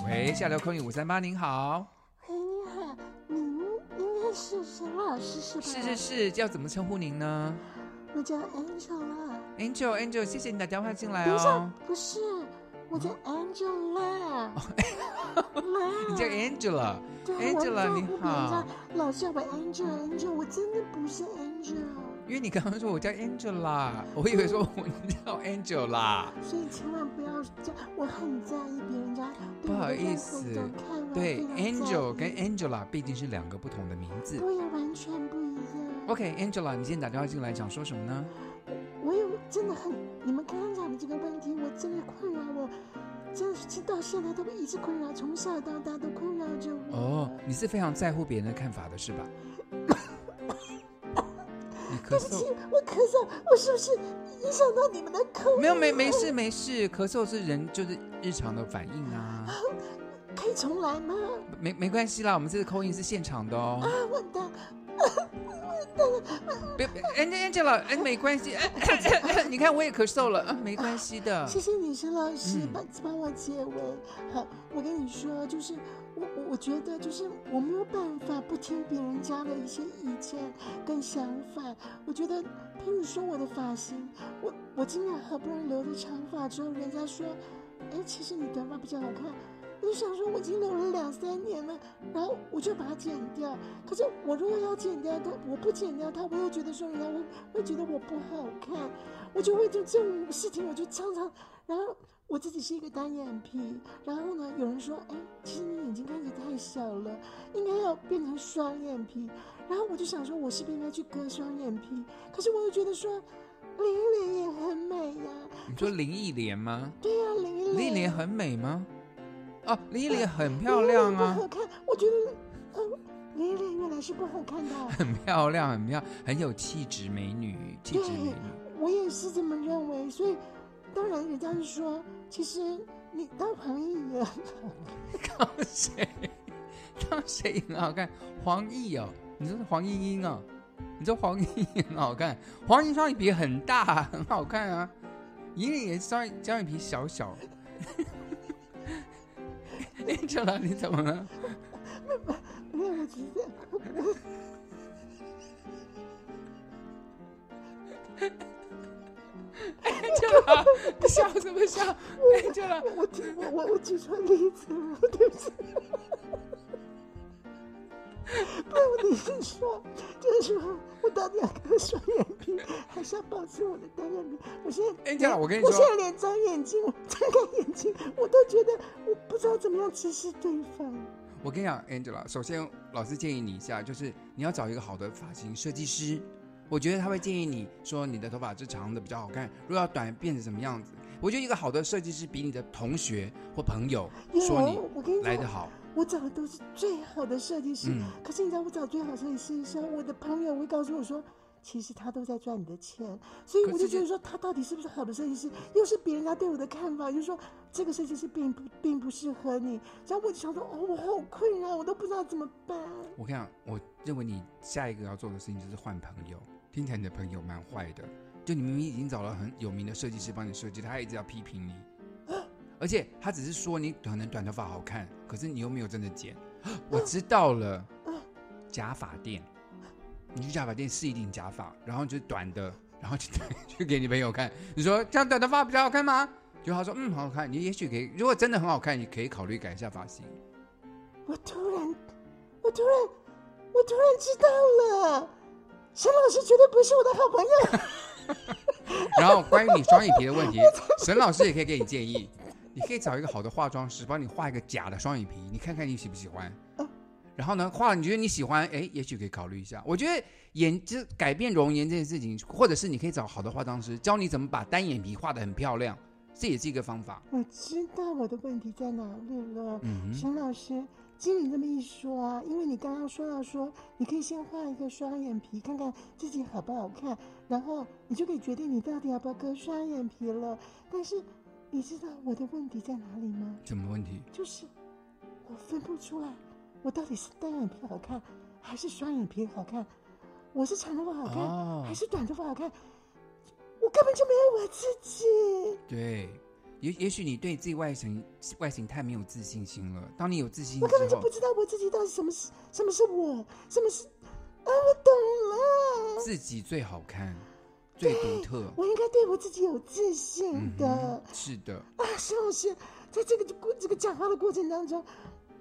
喂，下流空影五三八，您好，哎，你好，您应该是沈老师是吧？是是，是，要怎么称呼您呢我叫 Angela。 ？Angel Angel，谢谢你打电话进来等一哦下，。不是，我叫 Angela。嗯哦你叫 Angela，对，我 Angela，照你顾别人好家，老是要把 Angela Angela，我真的不是 Angela，因为你刚刚说我叫 Angela，我以为说我叫 Angel 啦。所以千万不要叫，我很在意别人家对不我好的意任思何一种看法，对非常在，Angel 意跟 Angela 毕竟是两个不同的名字。对呀，完全不一样。 OK，Angela，、你今天打电话进来想说什么呢？我有真的很，你们刚刚讲的这个问题，我真的困扰我，真的是到现在都一直困扰，从小到大都困扰着我。哦，你是非常在乎别人的看法的是吧？你咳对不起嗽？，我咳嗽，我是不是影响到你们的口？没有，没没事没事，咳嗽是人就是日常的反应啊，可以重来吗？没没关系啦，我们这次扣音是现场的哦。啊，完蛋！别别，Angel Angela，哎，没关系，你看我也咳嗽了，嗯，没关系的。谢谢你，沈老师嗯帮帮我结尾。好，我跟你说，就是我我我觉得就是我没有办法不听别人家的一些意见跟想法。我觉得，譬如说我的发型，我我今天好不容易留了长发之后，人家说，哎，其实你短发比较好看。我就想说，我已经留了两三年了，然后我就把它剪掉。可是我如果要剪掉它，我不剪掉它，我又觉得说人家会会觉得我不好看，我就会对这种事情，我就常常，然后我自己是一个单眼皮，然后呢，有人说，哎，其实你眼睛看起来太小了，应该要变成双眼皮，然后我就想说，我是不是应该去割双眼皮？可是我又觉得说，林玲也很美呀，你说林忆莲吗？对呀、林玲，林忆莲很美吗？哦，林忆莲很漂亮啊 不，好看，我觉得，呃，林玲原来是不好 看的。很漂亮，很漂亮，很有气质美女，气质美对女。，我也是这么认为。所以，当然人家是说，其实你当黄奕也很好当谁？当谁很好看？黄奕哦，你说是黄莺莺哦，你说黄莺莺很好看，黄莺莺双眼皮很大，很好看啊。莹莹也是双眼双眼皮小小。Angela，你怎么了？ 没有，我只是你笑什么笑？Angela，我听我我我举错例子了，对不起。不然我的意思是说，就是说我到底要割双眼皮，还是要保持我的单眼皮？我现在哎这样我跟你我说现在连长眼睛、张开眼睛，我都觉得我不知道怎么样直视对方。我跟你讲，Angela，首先老师建议你一下，就是你要找一个好的发型设计师。我觉得他会建议你说你的头发是长的比较好看，如果要短变成什么样子。我觉得一个好的设计师比你的同学或朋友说有，我你跟你来得讲，好。我找的都是最好的设计师，嗯可是你知道我找最好的设计师的时候，我的朋友会告诉我说，其实他都在赚你的钱，所以可我是就觉这得说他到底是不是好的设计师，又是别人家对我的看法，就说这个设计师并不并不适合你，然后我就想说，哦，我好困扰，我都不知道怎么办。我跟你讲，我认为你下一个要做的事情就是换朋友。听起来你的朋友蛮坏的，就你明明已经找了很有名的设计师帮你设计，他还一直要批评你，而且他只是说你可能短头发好看，可是你又没有真的剪。我知道了，假发店，你去假发店试一顶假发，然后就是短的，然后去 去给你朋友看，你说这样短头发比较好看吗？就他说嗯，很好看，你也许可以，如果真的很好看，你可以考虑改一下发型。我突然，我突然，我突然知道了，沈老师绝对不是我的好朋友。然后关于你双眼皮的问题，沈老师也可以给你建议，你可以找一个好的化妆师帮你画一个假的双眼皮，你看看你喜不喜欢。啊然后呢，画了你觉得你喜欢，哎，也许可以考虑一下。我觉得眼就是改变容颜这件事情，或者是你可以找好的化妆师教你怎么把单眼皮画得很漂亮，这也是一个方法。我知道我的问题在哪里了，嗯哼，沈老师。经你这么一说啊，因为你刚刚说到说，你可以先画一个双眼皮，看看自己好不好看，然后你就可以决定你到底要不要割双眼皮了。但是，你知道我的问题在哪里吗？什么问题？就是我分不出来，我到底是单眼皮好看还是双眼皮好看？我是长头发好看、哦还是短头发好看？我根本就没有我自己。对，也也许你对自己外形外形太没有自信心了。当你有自信我根本之就后不，知道我自己到底什么是什么是我，什么是……啊，我懂了，自己最好看，最独特。我应该对我自己有自信嗯的。哼，是的。啊，沈老师，在这个过这个讲话的过程当中，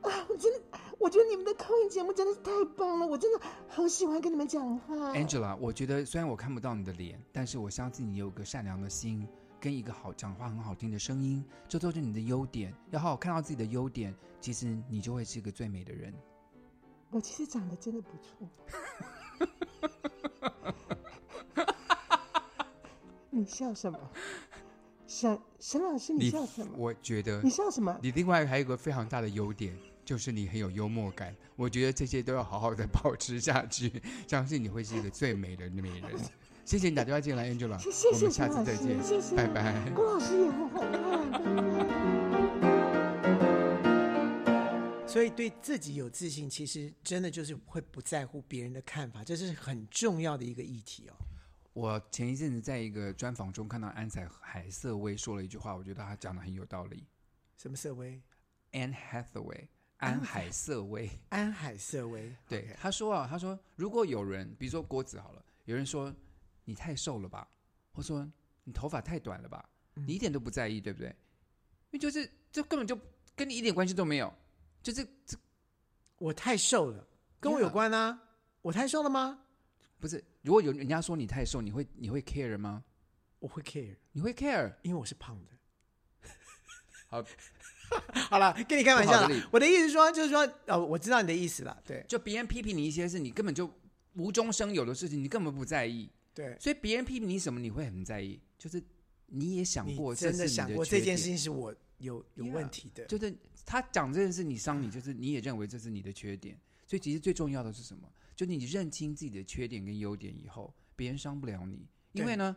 啊，我真的，我觉得你们的口音节目真的是太棒了，我真的好喜欢跟你们讲话。 Angela，我觉得虽然我看不到你的脸，但是我相信你有个善良的心，跟一个好讲话很好听的声音，这都是你的优点。要好好看到自己的优点，其实你就会是一个最美的人。我其实长得真的不错。 你笑什么？沈沈老师，你笑什么？我觉得你笑什么？你另外还有一个非常大的优点，就是你很有幽默感。我觉得这些都要好好的 保持下去，相信你会是一个最美的美人。谢谢你打电话进来，Angela，谢谢我们谢下沈次老再见师，，谢谢。拜 拜。郭老师也很好看， 拜拜。所以对自己有自信，其实真的就是会不在乎别人的看法，这是很重要的一个议题哦。我前一阵子在一个专访中看到安采海瑟薇说了一句话，我觉得她讲的很有道理。什么瑟薇？ Anne Hathaway，安海瑟薇，安海瑟薇。对 OK 她说啊，她说如果有人，比如说郭子好了，有人说你太瘦了吧，或说你头发太短了吧，你一点都不在意，对不对？因为就是这根本就跟你一点关系都没有，就是这我太瘦了，跟我有 Yeah 关啊。我太瘦了吗？不是？如果有人家说你太瘦，你会你会 care 吗？我会 care，你会 care？因为我是胖的。好， 好了，跟你开玩笑不好的例了。我的意思说，就是说，呃，我知道你的意思了。对就别人批评你一些事，你根本就无中生有的事情，你根本不在意。对，所以别人批评你什么，你会很在意，就是你也想你过，真这是的你想的过缺这件点事情是我有有 Yeah 问题的。就是他讲这件事你伤你，就是你也认为这是你的缺点，所以其实最重要的是什么？就你认清自己的缺点跟优点以后，别人伤不了你，因为对呢，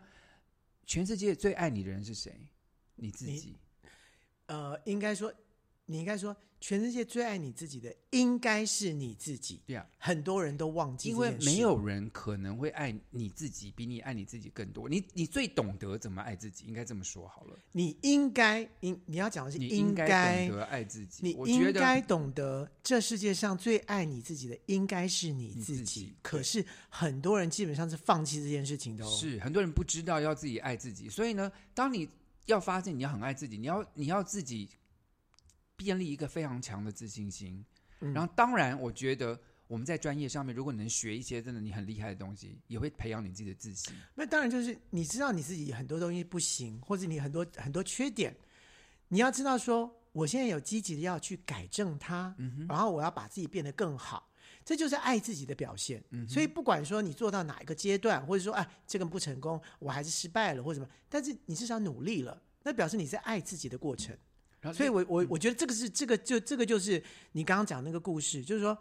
全世界最爱你的人是谁？你自你己。呃，应该说，你应该说，全世界最爱你自己的应该是你自己。对啊，很多人都忘记因这为件事，没有人可能会爱你自己比你爱你自己更多，你你最懂得怎么爱自己，应该这么说好了。你应该应你要讲的是你应该懂得爱自己，你我觉应得该懂得，这世界上最爱你自己的应该是你你自己。自己可对是很多人基本上是放弃这件事情的哦。是很多人不知道要自己爱自己，所以呢，当你要发现你要很爱自己，你要你要自己建立一个非常强的自信心。嗯然后，当然，我觉得我们在专业上面，如果能学一些真的你很厉害的东西，也会培养你自己的自信。那当然就是你知道你自己很多东西不行，或者你很多很多缺点，你要知道说，我现在有积极的要去改正它，嗯然后我要把自己变得更好，这就是爱自己的表现。嗯所以不管说你做到哪一个阶段，或者说哎这个不成功，我还是失败了或者什么，但是你至少努力了，那表示你在爱自己的过程。然后，所以我，我我觉得这个是这个就这个就是你刚刚讲那个故事，就是说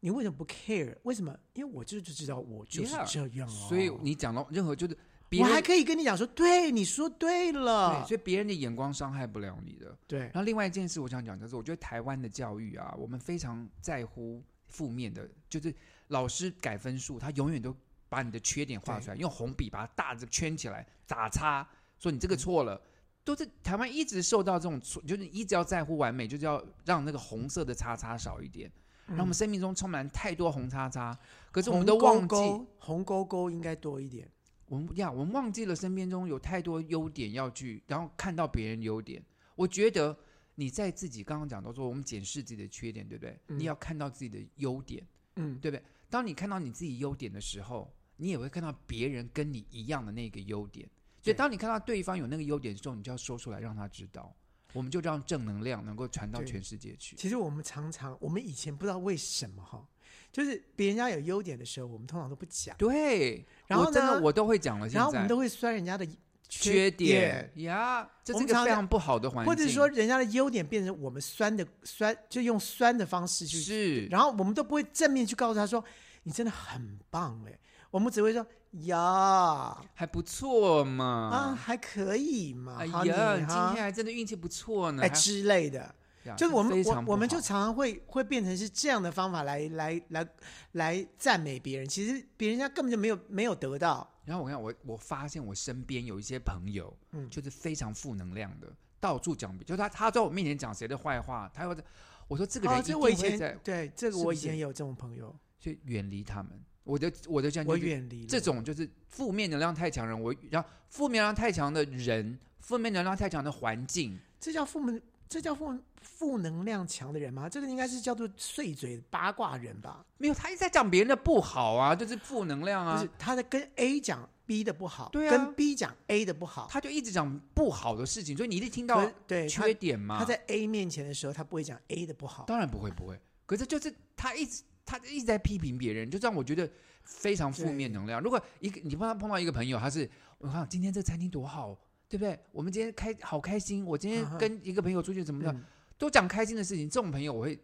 你为什么不 care？为什么？因为我就就知道我就是这样哦。所以你讲到任何就是别我人还可以跟你讲说，对，你说对了对，，所以别人的眼光伤害不了你的。对然，后另外一件事，我想讲就是，我觉得台湾的教育啊，我们非常在乎负面的，就是老师改分数，他永远都把你的缺点画出来，用红笔把它大的圈起来，打叉，说你这个错了。都是台湾一直受到这种错，就是一直要在乎完美，就是要让那个红色的叉叉少一点。然后我们生命中充满太多红叉叉，可可是我们都忘记红勾勾，红勾勾应该多一点。我们呀，我们忘记了身边中有太多优点要去，然后看到别人优点。我觉得你在自己刚刚讲到说，我们检视自己的缺点，对不对？嗯你要看到自己的优点，嗯，对不对？当你看到你自己优点的时候，你也会看到别人跟你一样的那个优点。所以，对当你看到对方有那个优点的时候，你就要说出来，让他知道。我们就让正能量能够传到对全世界去。其实我们常常，我们以前不知道为什么哈，就是别人家有优点的时候，我们通常都不讲，对，然后我真的呢我都会讲了。现然在后我们都会酸人家的缺点点呀，这我是们一个常非常常不好的环境，或者说人家的优点变成我们酸的酸，就用酸的方式去，是，然后我们都不会正面去告诉他说你真的很棒哎、我们只会说呀啊还不错嘛。还可以嘛，哎啊好你呀，你今哈天还真的运气不错呢。哎还之类的，呀就是我们啊非我常不我们就好常常会会变成是这样的方法来来来来赞美别人，其实别人家根本就没有没有得到，然后我看我我发现我身边有一些朋友，嗯就是非常负能量的，到处讲，就是他他在我面前讲谁的坏话，他又在我说这个人哦，一这定我以会在，前对这个是我不以前是也有这种朋友，所以远离他们。我的我的这样我就是远离了这种就是负面能量太强人，我然后负面能量太强的人，负面能量太强的环境，这叫负能，这叫负负能量强的人吗？这个应该是叫做碎嘴八卦人吧？没有他一直在讲别人的不好啊，就是负能量不啊是，，他在跟 A 讲 B 的不好，对啊跟 B 讲 A 的不好，他就一直讲不好的事情，所以你一定听到可对他缺点嘛。他在 A 面前的时候，他不会讲 A 的不好，当然不会不会，可是就是他一直他一直在批评别人，就让我觉得非常负面能量。如果一个你碰到碰到一个朋友，他是我看今天这餐厅多好，对不对？我们今天开好开心，我今嗯哼天跟一个朋友出去怎么的，嗯都讲开心的事情。这种朋友我会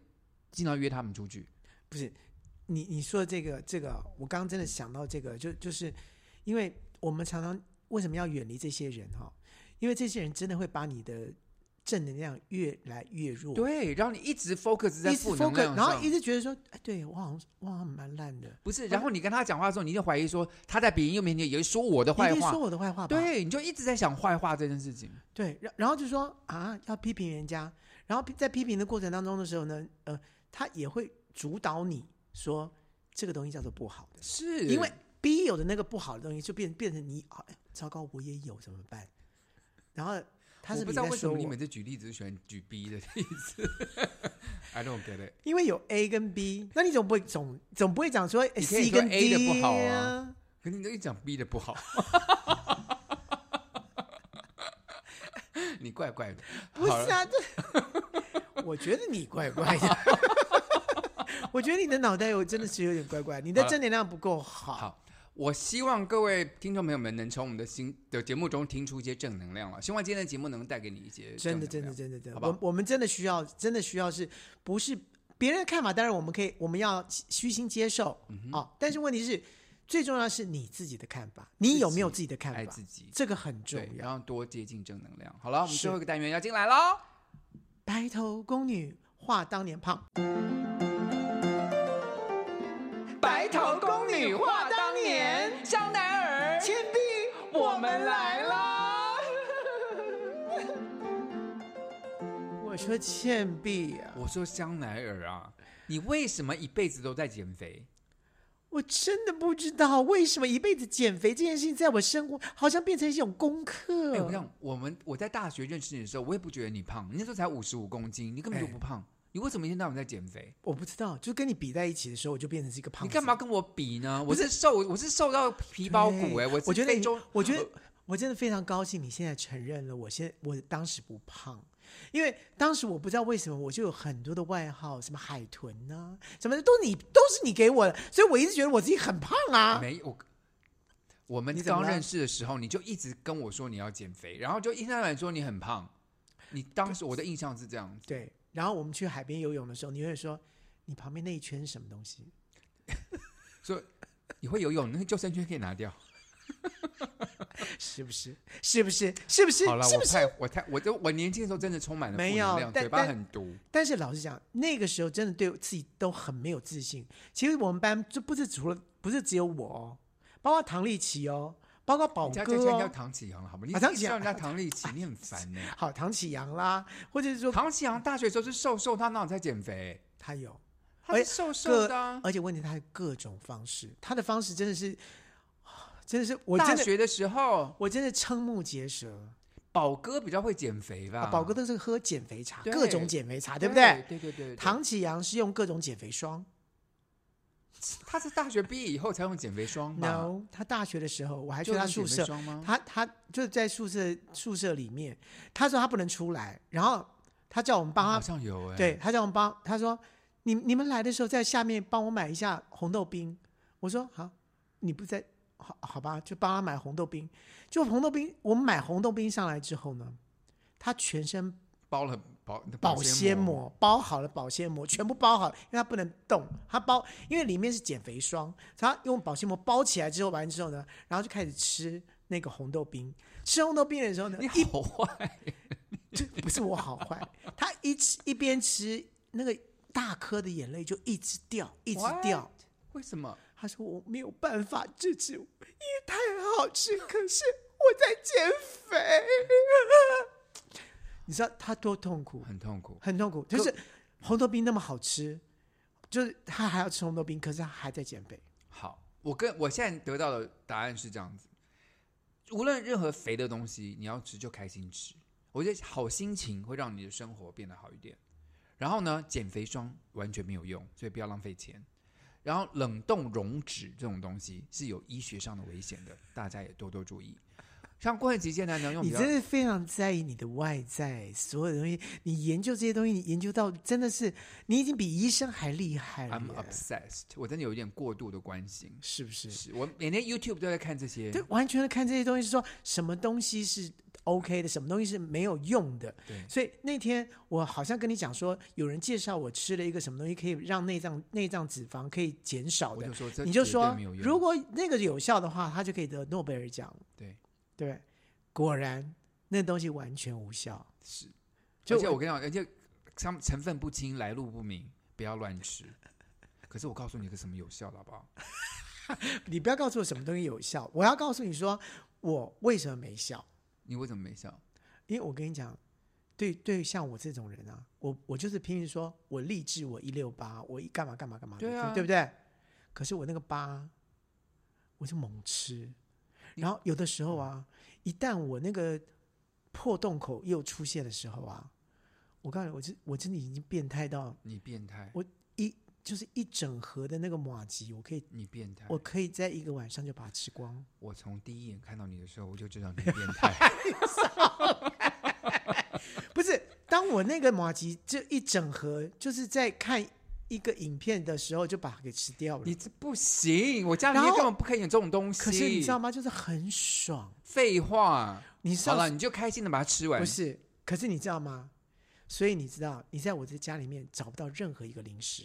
经常约他们出去。不是你你说的这个这个，我刚刚真的想到这个，就就是因为我们常常为什么要远离这些人哈？因为这些人真的会把你的正能量越来越弱，对，然后你一直 focus 在一直负能 focus，量然后上一。直觉得说，哎，对我好像我好像蛮烂的，不是，然后你跟他讲话的时候，你就怀疑说他在别人面前也说我的你坏一定话说，我的坏话吧？对，你就一直在想坏话这件事情。对，然然后就说啊，要批评人家，然后批在批评的过程当中的时候呢，呃，他也会主导你说这个东西叫做不好的，是因为 B 有的那个不好的东西就变变成你啊，哎糟糕，我也有怎么办？然后他我是不你知道在为什说么你我每，次举例子都喜欢举 B 的例子 ，I don't get it。因为有 A 跟 B，那你总不会总总不会讲说哎你可以 C 说跟 A 的不好 D 啊可是你都一讲 B 的不好， 你怪怪的。不是好了，啊，这我觉得你怪怪的。 我觉得你的脑袋有真的是有点怪怪，你的好了正能量不够好。好我希望各位听众朋友们能从我们的新的节目中听出一些正能量了。希望今天的节目能带给你一些真的，真正能的，量真的，真的，好不好我我们真的需要，真的需要是不是别人的看法？当然我们可以，我们要虚虚心接受啊、嗯哦。但是问题是，最重要的是你自己的看法，你有没有自己的看爱法自？己，这个很重对，然要。后多接近正能量。好了，我们是最后一个单元要进来喽。白头宫女话当年 胖，白头宫女话当年，香奈儿、倩碧，我们来啦！我说倩碧啊，我说香奈儿啊，你为什么一辈子都在减肥？我真的不知道为什么一辈子减肥这件事情在我生活好像变成一种功课。哎、我想我们我在大学认识你的时候，我也不觉得你胖，你那时候才五十五公斤，你根本就哎不胖，你为什么一天到晚在减肥？我不知道，就跟你比在一起的时候，我就变成是一个胖你子。干嘛跟我比呢？我是瘦，我是瘦到皮包骨哎、对我我我觉得非你洲，呃我觉得我真的非常高兴，你现在承认了，我现我当时不胖，因为当时我不知道为什么我就有很多的外号，什么海豚呐、什么的，都你都是你给我的，所以我一直觉得我自己很胖啊。没有。我们你怎么刚了认识的时候，你就一直跟我说你要减肥，然后就一天到晚说你很胖。你当时我的印象是这样子。对，然后我们去海边游泳的时候，你会说你旁边那一圈是什么东西？说你会游泳，那个救生圈可以拿掉。是不是？是不是？是不是？好了，是我不是？太我太我就我年轻的时候真的充满了负没能有量，但嘴巴但很毒。但是老实讲，那个时候真的对自己都很没有自信。其实我们班就不是除了不是只有我哦，包括唐丽琪哦，包括宝你哥、家哦，就先叫唐启阳了，好吗？你啊唐一直启叫阳人家唐立 奇，你很烦呢。好唐启阳啦，或者是说唐启阳大学的时候是瘦瘦，他哪有在减肥？他有他是哎瘦瘦各的啊，而且问题他有各种方式，他的方式真的是啊真的是我大真的学的时候，我真的瞠目结舌。宝哥比较会减肥吧？啊，宝哥都是喝减肥茶，对各种减肥茶，对不对对？？对对对，对唐启阳是用各种减肥霜他是大学毕业以后才用减肥霜吧？ ，no，他大学的时候我还去嗯就他用宿减肥舍，霜吗？他他就在宿舍宿舍里面，他说他不能出来，然后他叫我们帮好他，像有哎，对，他叫我们帮，他说你你们来的时候在下面帮我买一下红豆冰，我说好，你不在，好好吧，就帮他买红豆冰，就红豆冰，我们买红豆冰上来之后呢，他全身包了保保鲜膜包好了，保鲜膜全部包好，因为它不能动，它包，因为里面是减肥霜，它用保鲜膜包起来之后，完之后呢，然后就开始吃那个红豆冰。吃红豆冰的时候呢， 你好坏，就不是我好坏，他一吃一边吃，那个大颗的眼泪就一直掉，一直掉。为什么？ 他说我没有办法制止，因为太好吃，可是我在减肥。 你知道他多痛苦？很痛苦，很痛苦。就是红豆冰那么好吃，就是他还要吃红豆冰，可是他还在减肥。好，我跟我现在得到的答案是这样子：无论任何肥的东西，你要吃就开心吃。我觉得好心情会让你的生活变得好一点。然后呢，减肥霜完全没有用，所以不要浪费钱。然后冷冻溶脂这种东西是有医学上的危险的，大家也多多注意。像过年期间呢，能用你比较真的非常在意你的外在所有东西，你研究这些东西，你研究到真的是你已经比医生还厉害了 I'm 耶， obsessed，我真的有一点过度的关心。是不是？是我每天 YouTube 都在看这些，对，完全的看这些东西，说什么东西是 OK 的，什么东西是没有用的。对所以那天我好像跟你讲说，有人介绍我吃了一个什么东西，可以让内脏内脏脂肪可以减少我的就，说这你就绝对说没有用如果那个有效的话，他就可以得诺贝尔奖。对对，果然那东西完全无效。是，就而且我跟你讲，而且像成分不清、来路不明，不要乱吃。可是我告诉你个什么有效的好不好？你不要告诉我什么东西有效，我要告诉你说我为什么没效，你为什么没效？因为我跟你讲。对对，像我这种人啊，我我就是拼命说，我励志，我一六八，我一干嘛干嘛干嘛，对啊对不对？可是我那个八，我就猛吃，然后有的时候啊，一旦我那个破洞口又出现的时候啊，我告诉你，我真我真的已经变态到你变态，我一就是一整盒的那个马吉，我可以，你变态。我我可以在一个晚上就把它吃光。我从第一眼看到你的时候，我就知道你变 态。不是，当我那个马吉这一整盒，就是在看一个影片的时候就把它给吃掉了你。这不行，我家里面然后根本不可以有这种东西。可是你知道吗？就是很爽，废话，你知好道了，你就开心的把它吃完。不是？可是你知道吗？所以你知道，你在我这家里面找不到任何一个零食，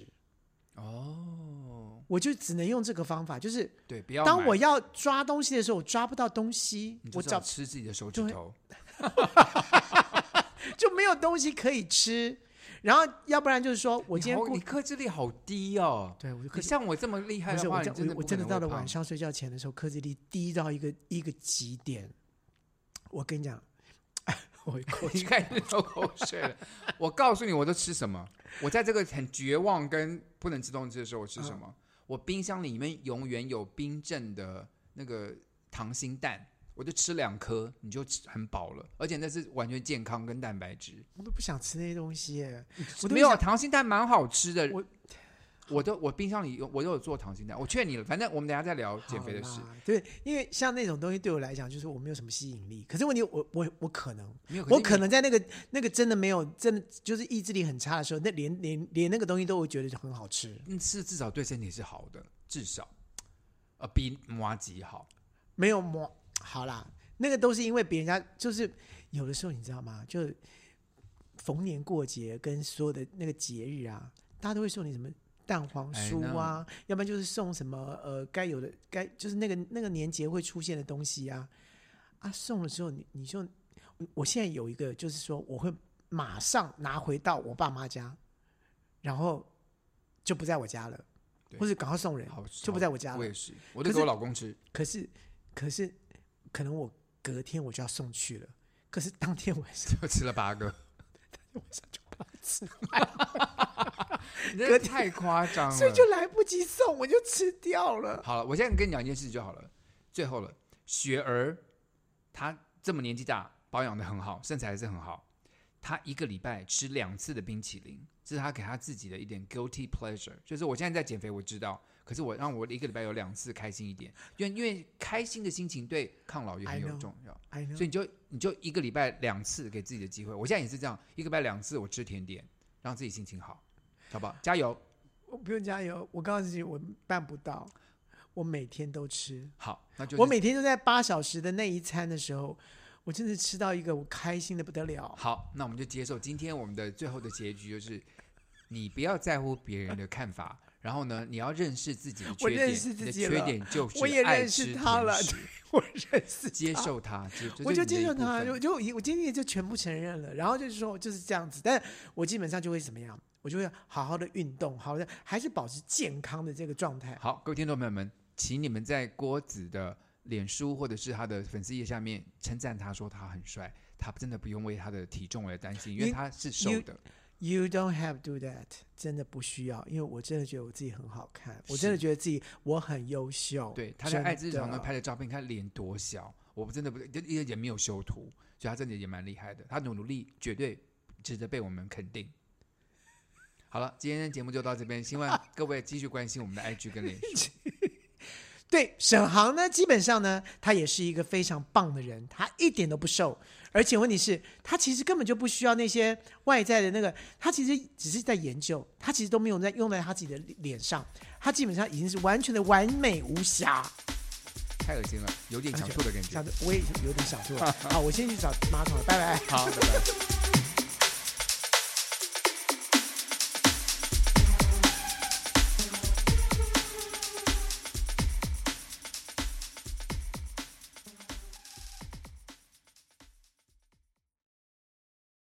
哦，我就只能用这个方法，就是对，不要买。当我要抓东西的时候，我抓不到东西你，就我知道找吃自己的手指对头，就没有东西可以吃。然后要不然就是说我你今天好顾你克制力好低哦。对，我就你克制。像我这么厉害不是的我话，这你真我的不我真的可能到了会晚胖上睡觉前的时候，克制力低到一个一个极点。我跟你讲， 我口 你看你流口水了。 我告诉你，我都吃什么。我在这个很绝望跟不能吃东西的时候，我吃什嗯么？我冰箱里面永远有冰镇的那个溏心蛋，我就吃两颗，你就吃很饱了，而且那是完全健康跟蛋白质。我都不想吃那些东西耶，我都没有想溏心蛋蛮好吃的。我我我都我冰箱里有我都有做溏心蛋，我劝你了，反正我们等一下再聊减肥的好事。啦。对，因为像那种东西对我来讲，就是我没有什么吸引力。可是问题，我我我可能，没有，我可可能能在那个那个真的没有，真的就是意志力很差的时候，那连连连那个东西都会觉得很好吃。是至少对身体是好的，至少呃比麻吉好。没有磨好啦，那个都是因为别人家就是有的时候你知道吗？就逢年过节跟所有的那个节日啊，大家都会送你什么蛋黄酥啊，要不然就是送什么呃该有的该就是那个那个年节会出现的东西啊啊送了之后你你就我我现在有一个就是说我会马上拿回到我爸妈家，然后就不在我家了，对或者赶快送人好，吃就不在我家了。我也是，我都可给我是老公吃。可是，可是，可能我隔天我就要送去了。可是当天晚 上，我吃了八 个，晚上就把它吃， 你真的太夸张了。所以就来不及送，我就吃掉了。好了，我现在跟你讲一件事就好了。最后了，雪儿她这么年纪大，保养的很好，身材还是很好。她一个礼拜吃两次的冰淇淋，这是她给她自己的一点 guilty pleasure。就是我现在在减肥，我知道，可是我让我一个礼拜有两次开心一点，因为因为开心的心情对抗老也很 I 有 know 重要。哎所以你就你就一个礼拜两次给自己的机会。我现在也是这样，一个礼拜两次我吃甜点，让自己心情好，好不好？加油！我不用加油，我告诉你，我办不到。我每天都吃，好，那就是、我每天都在八小时的那一餐的时候，我真的吃到一个我开心的不得了。 好，那我们就接受今天我们的最后的结局，就是你不要在乎别人的看法，然后呢，你要认识自己的缺我点，认识自己你的缺了点就是我也爱认识吃他甜了食我认识他接受它，接这我就是你接的一受部他，分我就我今天就全部承认了，然后就是说就是这样子，但我基本上就会怎么样，我就会好好的运动，好的还是保持健康的这个状态。好，各位听众朋友们，请你们在郭子的脸书或者是他的粉丝页下面称赞他，说他很帅。他真的不用为他的体重而担心，因为 You- 他是瘦 you- 的。 You don't have to do that，真的不需要，因为我真的觉得我自己很好看，我真的是觉得自己我很优秀。对，他在真爱之日常的中拍的照片，你看脸多小，我不真的不就也也没有修图，所以他真的也蛮厉害的。他努努力绝对值得被我们肯定。好了，今天的节目就到这边，希望各位继续关心我们的 IG 跟脸 书。对，沈航呢，基本上呢，他也是一个非常棒的人，他一点都不瘦，而且问题是，他其实根本就不需要那些外在的那个，他其实只是在研究，他其实都没有在用在他自己的脸上，他基本上已经是完全的完美无瑕。太恶心了，有点想吐的感觉想。我也有点想吐了，好，我先去找马桶了，拜拜。好，拜拜。